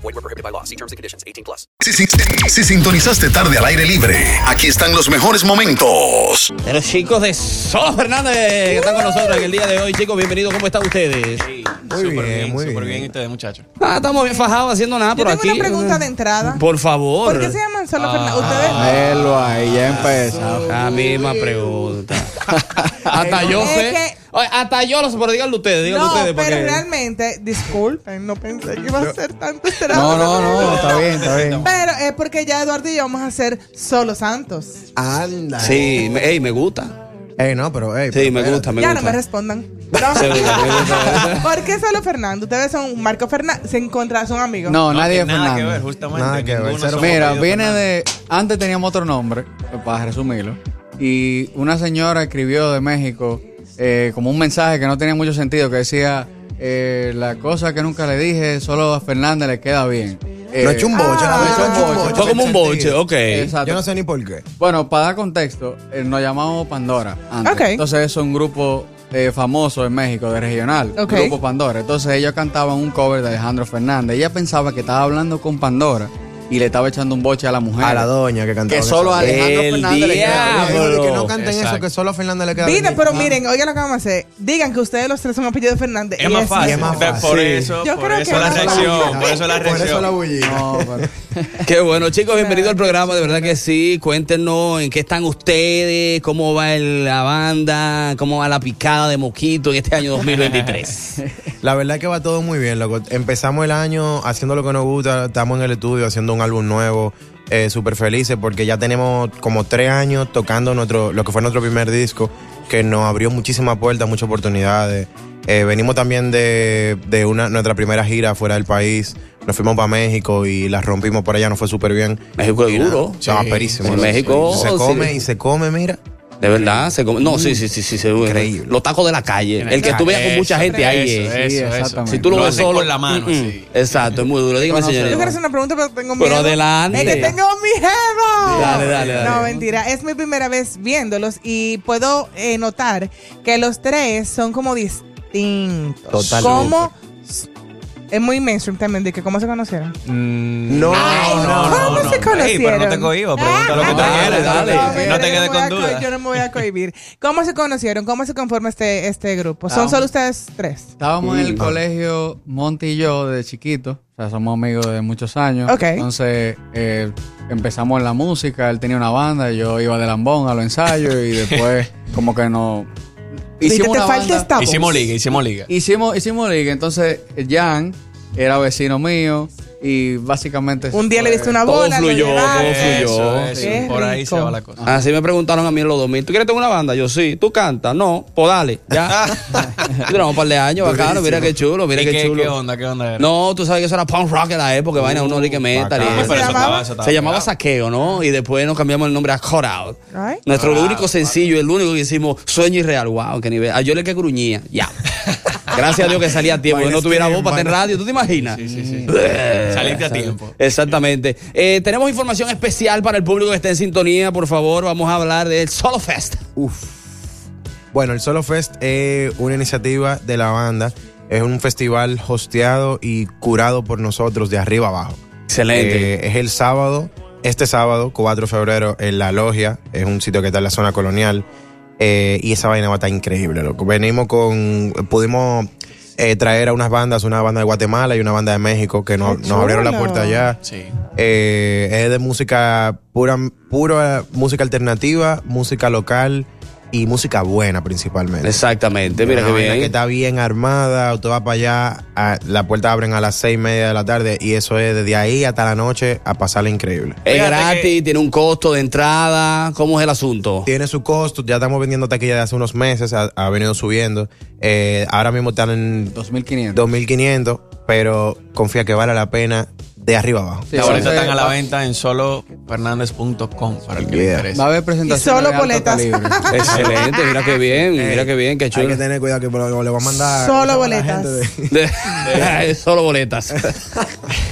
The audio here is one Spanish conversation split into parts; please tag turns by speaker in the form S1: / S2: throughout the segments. S1: Void were prohibited by law. See terms and conditions. 18 plus.
S2: Si, si- si sintonizaste tarde al aire libre, aquí están los mejores momentos.
S3: De los chicos de So Fernández que están con nosotros en el día de hoy, chicos. Bienvenidos, ¿cómo están ustedes?
S4: Muy
S5: Súper
S4: bien,
S5: bien,
S4: muy
S5: súper
S4: bien.
S5: bien. ustedes, muchachos.
S3: Ah, estamos bien fajados haciendo nada
S6: Yo
S3: por
S6: tengo
S3: aquí.
S6: una pregunta de entrada.
S3: Por Ah, eh, favor.
S6: ¿Por qué se llaman solo Fernández? Ustedes.
S4: Velo ahí, ya empezó.
S3: La misma pregunta. hasta yo
S6: Es
S3: sé.
S6: que-
S3: Oye, hasta yo lo sé, pero díganlo ustedes, díganlo
S6: no,
S3: ustedes.
S6: pero
S3: Porque...
S6: realmente, disculpen, no pensé que iba a ser tanto entrada.
S4: No, no, no, está bien, está bien.
S6: Pero es porque ya Eduardo y yo vamos a ser solo santos.
S4: Anda.
S3: Sí, me, ey, me gusta.
S4: Ey, no, pero ey.
S3: Sí, me
S4: pero-
S3: gusta, me
S6: ya
S3: gusta.
S6: no me respondan.
S3: Seguro, me gusta.
S6: ¿Por qué solo Fernando? Ustedes son Marco Fernández. Se encontraron, son amigos.
S7: No, nadie
S5: que
S7: es
S5: nada
S7: Fernando.
S5: que ver, justamente.
S4: Nada que ver,
S5: Ninguno
S4: cero.
S5: somos
S7: Mira,
S5: apellido
S7: viene
S5: Fernández.
S7: de. Antes teníamos otro nombre, para resumirlo. Y una señora escribió de México eh, como un mensaje que no tenía mucho sentido, que decía: eh, La cosa que nunca le dije, solo a Fernández le queda bien. Eh,
S4: Lo he hecho un boche, la
S6: Ah.
S4: verdad, lo he hecho un boche.
S3: Fue como un boche, ok.
S7: exacto.
S4: Yo no sé ni por qué.
S7: Bueno, para dar contexto, eh, nos llamamos Pandora. Antes.
S6: Ok.
S7: Entonces es un grupo eh, famoso en México, de regional,
S6: Ok.
S7: Grupo Pandora. Entonces ellos cantaban un cover de Alejandro Fernández. Ella pensaba que estaba hablando con Pandora y le estaba echando un boche a la mujer.
S4: A la doña que cantaba.
S7: Que solo
S4: a
S7: Alejandro
S3: El
S7: Fernández le
S5: Ah,
S7: queda bien.
S3: diablo.
S4: Que no canten eso,
S5: Exacto.
S4: que solo a Fernández le queda
S6: Vine,
S4: bien.
S6: pero miren, oigan lo que vamos a hacer. Digan que ustedes los tres son apellido de Fernández.
S5: Es
S6: Y
S5: más
S6: es-
S5: fácil.
S4: es más
S5: Ve,
S4: fácil.
S5: Por
S3: Sí.
S5: eso,
S6: Yo
S5: por
S6: creo
S5: eso
S6: que
S5: la
S6: no.
S5: reacción. Por eso la
S4: Por eso la
S5: reacción.
S4: bullina.
S7: No, pero-
S3: Qué bueno, chicos, bienvenidos al programa, de verdad que sí. Cuéntenos en qué están ustedes, cómo va el- la banda, cómo va la picada de Moquito en este año 2023.
S4: La verdad es que va todo muy bien, loco. Empezamos el año haciendo lo que nos gusta, estamos en el estudio haciendo un álbum nuevo, eh, súper felices porque ya tenemos como tres años tocando nuestro, lo que fue nuestro primer disco, que nos abrió muchísimas puertas, muchas oportunidades. Eh, venimos también de, de una, nuestra primera gira fuera del país, nos fuimos para México y las rompimos por allá, nos fue súper bien.
S3: México es duro.
S4: Se llama Perísimo.
S3: En México,
S4: Se
S3: sí.
S4: come y se come, mira.
S3: De verdad, se come- No, sí, sí, sí, sí. se-
S4: Increíble.
S3: Los tacos de la calle. El que tú veas con
S5: Eso,
S3: mucha gente ahí.
S5: Eso,
S3: eh.
S7: Sí,
S5: eso, eso.
S7: exactamente.
S3: Si tú lo,
S5: Lo
S3: ves
S5: hacen
S3: solo.
S5: con la mano,
S3: Mm, mm.
S5: sí.
S3: Exacto, es muy duro. Dígame,
S7: Conoce-
S6: Yo
S3: señora.
S6: quiero hacer una pregunta, pero tengo miedo.
S3: Pero adelante.
S6: Es que tengo mi jevo.
S3: Dale, dale, dale.
S6: No, mentira. Es mi primera vez viéndolos y puedo eh, notar que los tres son como distintos.
S4: Totalmente.
S6: Como. Es muy mainstream también, de que cómo se conocieron.
S4: No,
S6: ¿Cómo se conocieron?
S5: Ey, pero no te cohibas. Pregunta lo que tú
S3: Ah,
S5: quieras.
S3: dale, dale.
S5: No
S6: yo
S5: te
S6: me
S5: quedes
S6: voy a
S5: con
S6: co-
S5: dudas.
S6: Yo no me voy a cohibir. ¿Cómo se conocieron? ¿Cómo se conforma este, este grupo? ¿Son
S5: Ah.
S7: Vamos.
S6: solo ustedes tres?
S7: Estábamos en el
S4: Mm.
S7: colegio Monty y yo de chiquito, o sea, somos amigos de muchos años.
S6: Ok.
S7: Entonces eh, empezamos en la música, él tenía una banda, yo iba de lambón a los ensayos y después como que no...
S6: Dije, te
S7: una
S6: falta
S7: banda-
S6: esta voz.
S5: Hicimos liga, hicimos liga.
S7: Hicimos, hicimos liga, entonces Jan era vecino mío y básicamente...
S6: Un día le
S7: fue-
S6: diste una
S3: todo
S6: bola. lo
S3: fluyó,
S6: llevaste.
S3: todo fluyó.
S5: Eso, eso.
S6: Qué
S5: Por ahí se
S6: rico.
S5: va la cosa.
S3: Así me preguntaron a mí en los 2000. ¿Tú quieres tener una banda? Yo sí. ¿Tú cantas? No. Pues dale. Ya. Duramos un par de años bacano. Mira qué chulo, mira
S5: ¿Y
S3: qué,
S5: qué,
S3: chulo.
S5: qué onda? ¿Qué onda? era? Uh,
S3: No, tú sabes que eso era punk rock en la época, vaina, uno de que metal. y
S4: bacano.
S3: eso.
S5: Pero eso
S6: Se llamaba-
S5: estaba- eso estaba
S3: Se llamaba
S5: pegado.
S3: Saqueo, ¿no? Y después nos cambiamos el nombre a Cut Out.
S6: Right.
S3: Nuestro
S5: Ah,
S3: único sencillo, el único que hicimos, Sueño Irreal. Wow, qué nivel. Ayer el que gruñía, ya. Gracias a Dios que salía a tiempo, que no tuviera voz para tener radio, ¿tú te imaginas? Sí, sí, sí.
S5: Saliste a tiempo.
S3: Exactamente. Eh, tenemos información especial para el público que esté en sintonía, por favor. Vamos a hablar del Solo Fest.
S4: Bueno, el Solo Fest es una iniciativa de la banda. Es un festival hosteado y curado por nosotros de arriba abajo.
S3: Excelente.
S4: Eh, es el sábado, este sábado, 4 de febrero, en La Logia. Es un sitio que está en la zona colonial. Eh, y esa vaina va a estar increíble, loco. Venimos con. Pudimos eh, traer a unas bandas, una banda de Guatemala y una banda de México que nos,
S6: Qué
S4: nos abrieron la
S6: chulo.
S4: puerta allá.
S5: Sí.
S4: Eh, es de música pura, pura música alternativa, música local y música buena principalmente.
S3: Exactamente, Pues mira
S4: Una
S3: qué
S4: vaina
S3: bien.
S4: que está bien armada, usted va para allá, a- la puerta abren a las seis y media de la tarde y eso es desde ahí hasta la noche a pasarla increíble.
S3: Es
S5: Fíjate
S3: gratis,
S5: que-
S3: tiene un costo de entrada. ¿Cómo es el asunto?
S4: Tiene su costo, ya estamos vendiendo taquilla de hace unos meses, ha, ha venido subiendo. Eh, ahora mismo están en
S7: 2500.
S4: 2.500, pero confía que vale la pena de arriba abajo.
S7: Sí,
S5: Ahorita
S7: entonces,
S5: están a la
S7: va-
S5: venta en solofernández.com para el que le
S4: Yeah.
S5: interese.
S7: Va a haber presentaciones.
S6: Y solo
S7: de alto
S6: boletas.
S7: calibre.
S3: Excelente, mira qué bien, mira qué bien, qué
S4: Hay que
S3: chulo.
S4: tener cuidado que lo- le van a mandar.
S6: Solo
S4: ¿cómo se llama la
S6: boletas.
S4: gente de-
S3: solo boletas.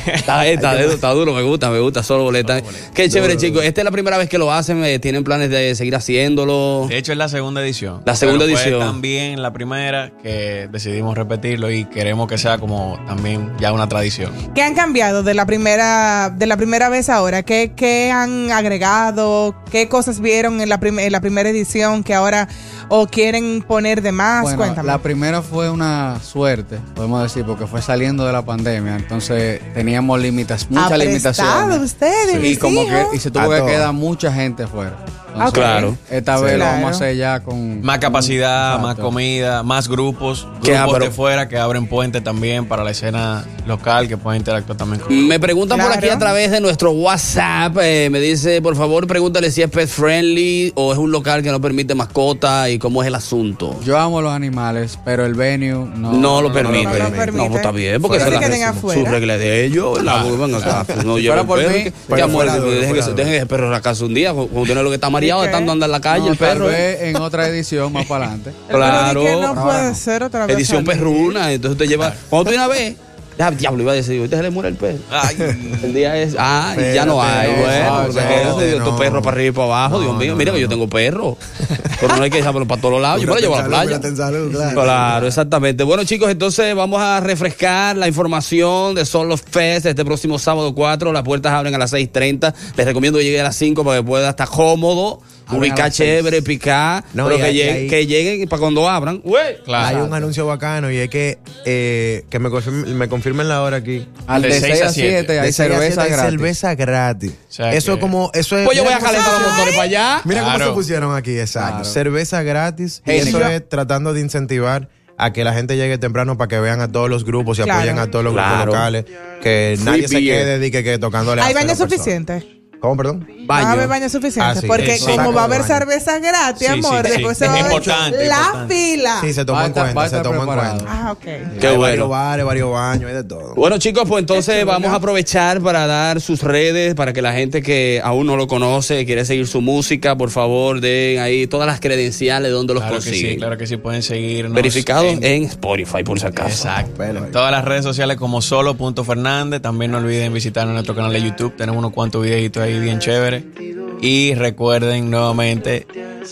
S3: está, está, duro, está duro, me gusta, me gusta, solo boletas. Qué chévere, chicos. Esta es la primera vez que lo hacen, eh, tienen planes de seguir haciéndolo.
S5: De hecho, es la segunda edición.
S3: La segunda
S5: Pero fue
S3: edición.
S5: también la primera que decidimos repetirlo y queremos que sea como también ya una tradición.
S6: ¿Qué han cambiado de la primera, de la primera vez ahora? ¿Qué, qué han agregado? ¿Qué cosas vieron en la, prim- en la primera edición que ahora o quieren poner de más?
S7: Bueno,
S6: Cuéntame.
S7: la primera fue una suerte, podemos decir, porque fue saliendo de la pandemia, entonces teníamos limitas, muchas
S6: Aprestado
S7: limitaciones.
S6: ustedes,
S7: y
S6: mis
S7: como
S6: hijos.
S7: que y se
S4: A
S7: tuvo que
S4: todas.
S7: quedar mucha gente fuera. Entonces,
S6: Ah, claro.
S7: Esta
S6: Sí.
S7: vez lo
S6: Claro.
S7: vamos a hacer ya con
S5: Más capacidad,
S7: Exacto. ah,
S5: más comida, más grupos, grupos
S3: Que abro-
S5: de fuera que abren puente también para la escena local que pueden interactuar también con
S3: Me preguntan por
S6: Claro.
S3: aquí a través de nuestro WhatsApp. eh, me dice, por favor, pregúntale si es pet friendly o es un local que no permite mascota y cómo es el asunto.
S7: Yo amo los animales, pero el venue no,
S3: No, lo permite.
S6: no lo permite.
S3: No, pues, está bien, porque
S6: Fuera
S3: esa es
S6: de que
S3: la- su
S6: tenga fuera.
S3: regla de ellos. La vuelvan acá. No
S7: Si
S3: lleva
S7: fuera por
S3: el perro,
S7: mí,
S3: que-
S7: fuera
S3: que amor,
S4: duro,
S3: dejen, que,
S4: fuera
S3: dejen el perro en la casa un día, cuando tiene lo que está mareado,
S6: Ok.
S3: de tanto andar en la calle,
S7: No,
S3: el
S7: tal
S3: perro. ¿eh?
S7: vez en otra edición más para adelante.
S6: El perro
S3: Claro.
S6: dice que no
S3: Ahora
S6: puede ser otra vez.
S3: Edición
S6: Alvin.
S3: perruna, entonces te lleva. Cuando tú una vez, ya, diablo, iba a decir, ahorita se le muere el perro. Ay, el día es. Ah, y ya no hay.
S4: Espérate, no,
S3: bueno,
S4: espérate,
S3: espérate, Dios, tu
S4: no.
S3: perro para arriba y para abajo. Dios mío, mira que yo tengo perro. Pero no hay que dejarlo para todos lados. Yo me lo llevo a la playa.
S4: Cúrate en salud, cúrate en salud, claro.
S3: Claro, exactamente. Bueno, chicos, entonces vamos a refrescar la información de Soul of Fest este próximo sábado 4. Las puertas abren a las 6:30. Les recomiendo que llegue a las 5 para que pueda estar cómodo,
S7: Abren a
S3: ubicar
S7: las seis.
S3: chévere, picar.
S4: No,
S3: pero
S4: y
S3: que,
S4: ahí-
S3: lleguen-
S4: ahí-
S3: que lleguen para cuando abran. ¡Güey!
S4: Hay
S5: Claro.
S4: un anuncio bacano y es que, eh, que me, confirmen, me confirmen la hora aquí.
S7: Al de,
S5: De
S7: 6,
S5: seis
S7: a
S5: a siete.
S7: 7 hay
S4: De seis a
S7: cerveza
S4: siete hay
S7: gratis.
S4: cerveza gratis.
S5: O sea
S4: eso
S5: que-
S4: es como. Eso es,
S3: Pues yo voy
S4: mira
S3: a
S4: cómo se-
S3: calentar los motores para allá.
S4: Mira cómo
S5: Claro.
S4: se pusieron aquí, exacto.
S7: Claro.
S4: Cerveza gratis. Y
S7: Género.
S4: eso es tratando de incentivar a que la gente llegue temprano para que vean a todos los grupos y
S6: Claro.
S4: apoyen a todos los
S3: Claro.
S4: grupos locales. Que
S3: Free
S4: nadie se
S3: beer.
S4: quede de que, que tocándole a
S6: Hay baño
S4: cero personas.
S6: suficiente.
S4: ¿Cómo, perdón?
S6: Va a haber
S3: Baño.
S6: baño suficiente.
S4: Ah, sí,
S6: porque
S4: eso.
S6: como
S4: Saca
S6: va a
S4: el
S6: haber
S4: baño.
S6: cerveza gratis,
S5: Sí, sí,
S6: amor,
S5: sí.
S6: después se
S5: Es
S6: va a ver
S5: importante,
S6: la
S5: importante.
S3: Ah.
S6: fila.
S4: Sí, se tomó
S7: Va a
S4: en
S7: estar- va a
S4: cuenta, se
S7: estar
S4: tomó en
S7: preparado.
S4: cuenta.
S6: Ah, ok.
S3: Qué bueno.
S4: hay varios bares, varios baños, hay de todo.
S3: Bueno chicos, pues entonces vamos a aprovechar para dar sus redes, para que la gente que aún no lo conoce, quiere seguir su música, por favor, den ahí todas las credenciales donde los
S5: Claro que
S3: consiguen.
S5: sí, claro que sí, pueden seguirnos.
S3: Verificados
S5: en-
S3: en, Spotify, por si acaso.
S5: Exacto.
S4: Bueno,
S5: En todas las redes sociales como solo.fernández. También no olviden visitarnos en nuestro canal de YouTube. Tenemos unos cuantos videitos ahí bien chéveres. Y recuerden nuevamente,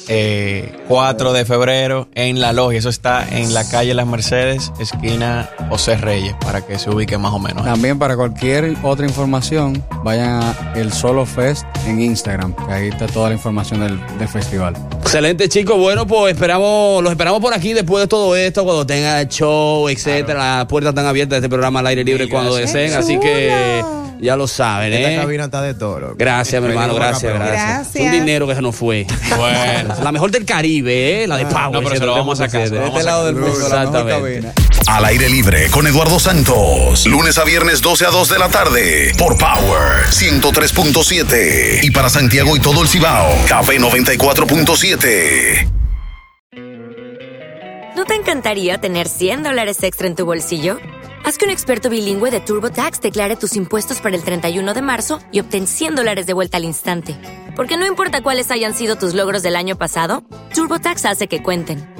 S5: eh, 4 de febrero en La Logia. Eso está en la calle Las Mercedes, esquina José Reyes, para que se ubique más o menos.
S7: También para cualquier otra información, vayan a El Solo Fest en Instagram, que ahí está toda la información del, del festival.
S3: Excelente, chicos. Bueno, pues esperamos, los esperamos por aquí después de todo esto, cuando tenga el show, etcétera. Las puertas están abiertas de este programa al aire libre
S5: Mil
S3: cuando
S5: gracias.
S3: deseen.
S6: ¡Qué
S3: Así que
S6: chulo!
S3: ya lo saben,
S4: Esta
S3: ¿eh?
S4: cabina está de todo, loco.
S3: Gracias, mi hermano.
S4: Venimos acá,
S3: Gracias,
S4: pero-
S3: gracias.
S6: Gracias.
S3: Un dinero que se nos fue.
S5: Bueno.
S3: La mejor del Caribe, ¿eh? La de Power.
S5: No, pero se lo vamos a sacar, se lo vamos a
S3: este
S5: sacar.
S7: del mundo, la mejor cabina.
S2: Al aire libre con Eduardo Santos. Lunes a viernes 12 a 2 de la tarde por Power 103.7. Y para Santiago y todo el Cibao, Café 94.7.
S8: ¿No te encantaría tener 100 dólares extra en tu bolsillo? Haz que un experto bilingüe de TurboTax declare tus impuestos para el 31 de marzo y obtén 100 dólares de vuelta al instante. Porque no importa cuáles hayan sido tus logros del año pasado, TurboTax hace que cuenten.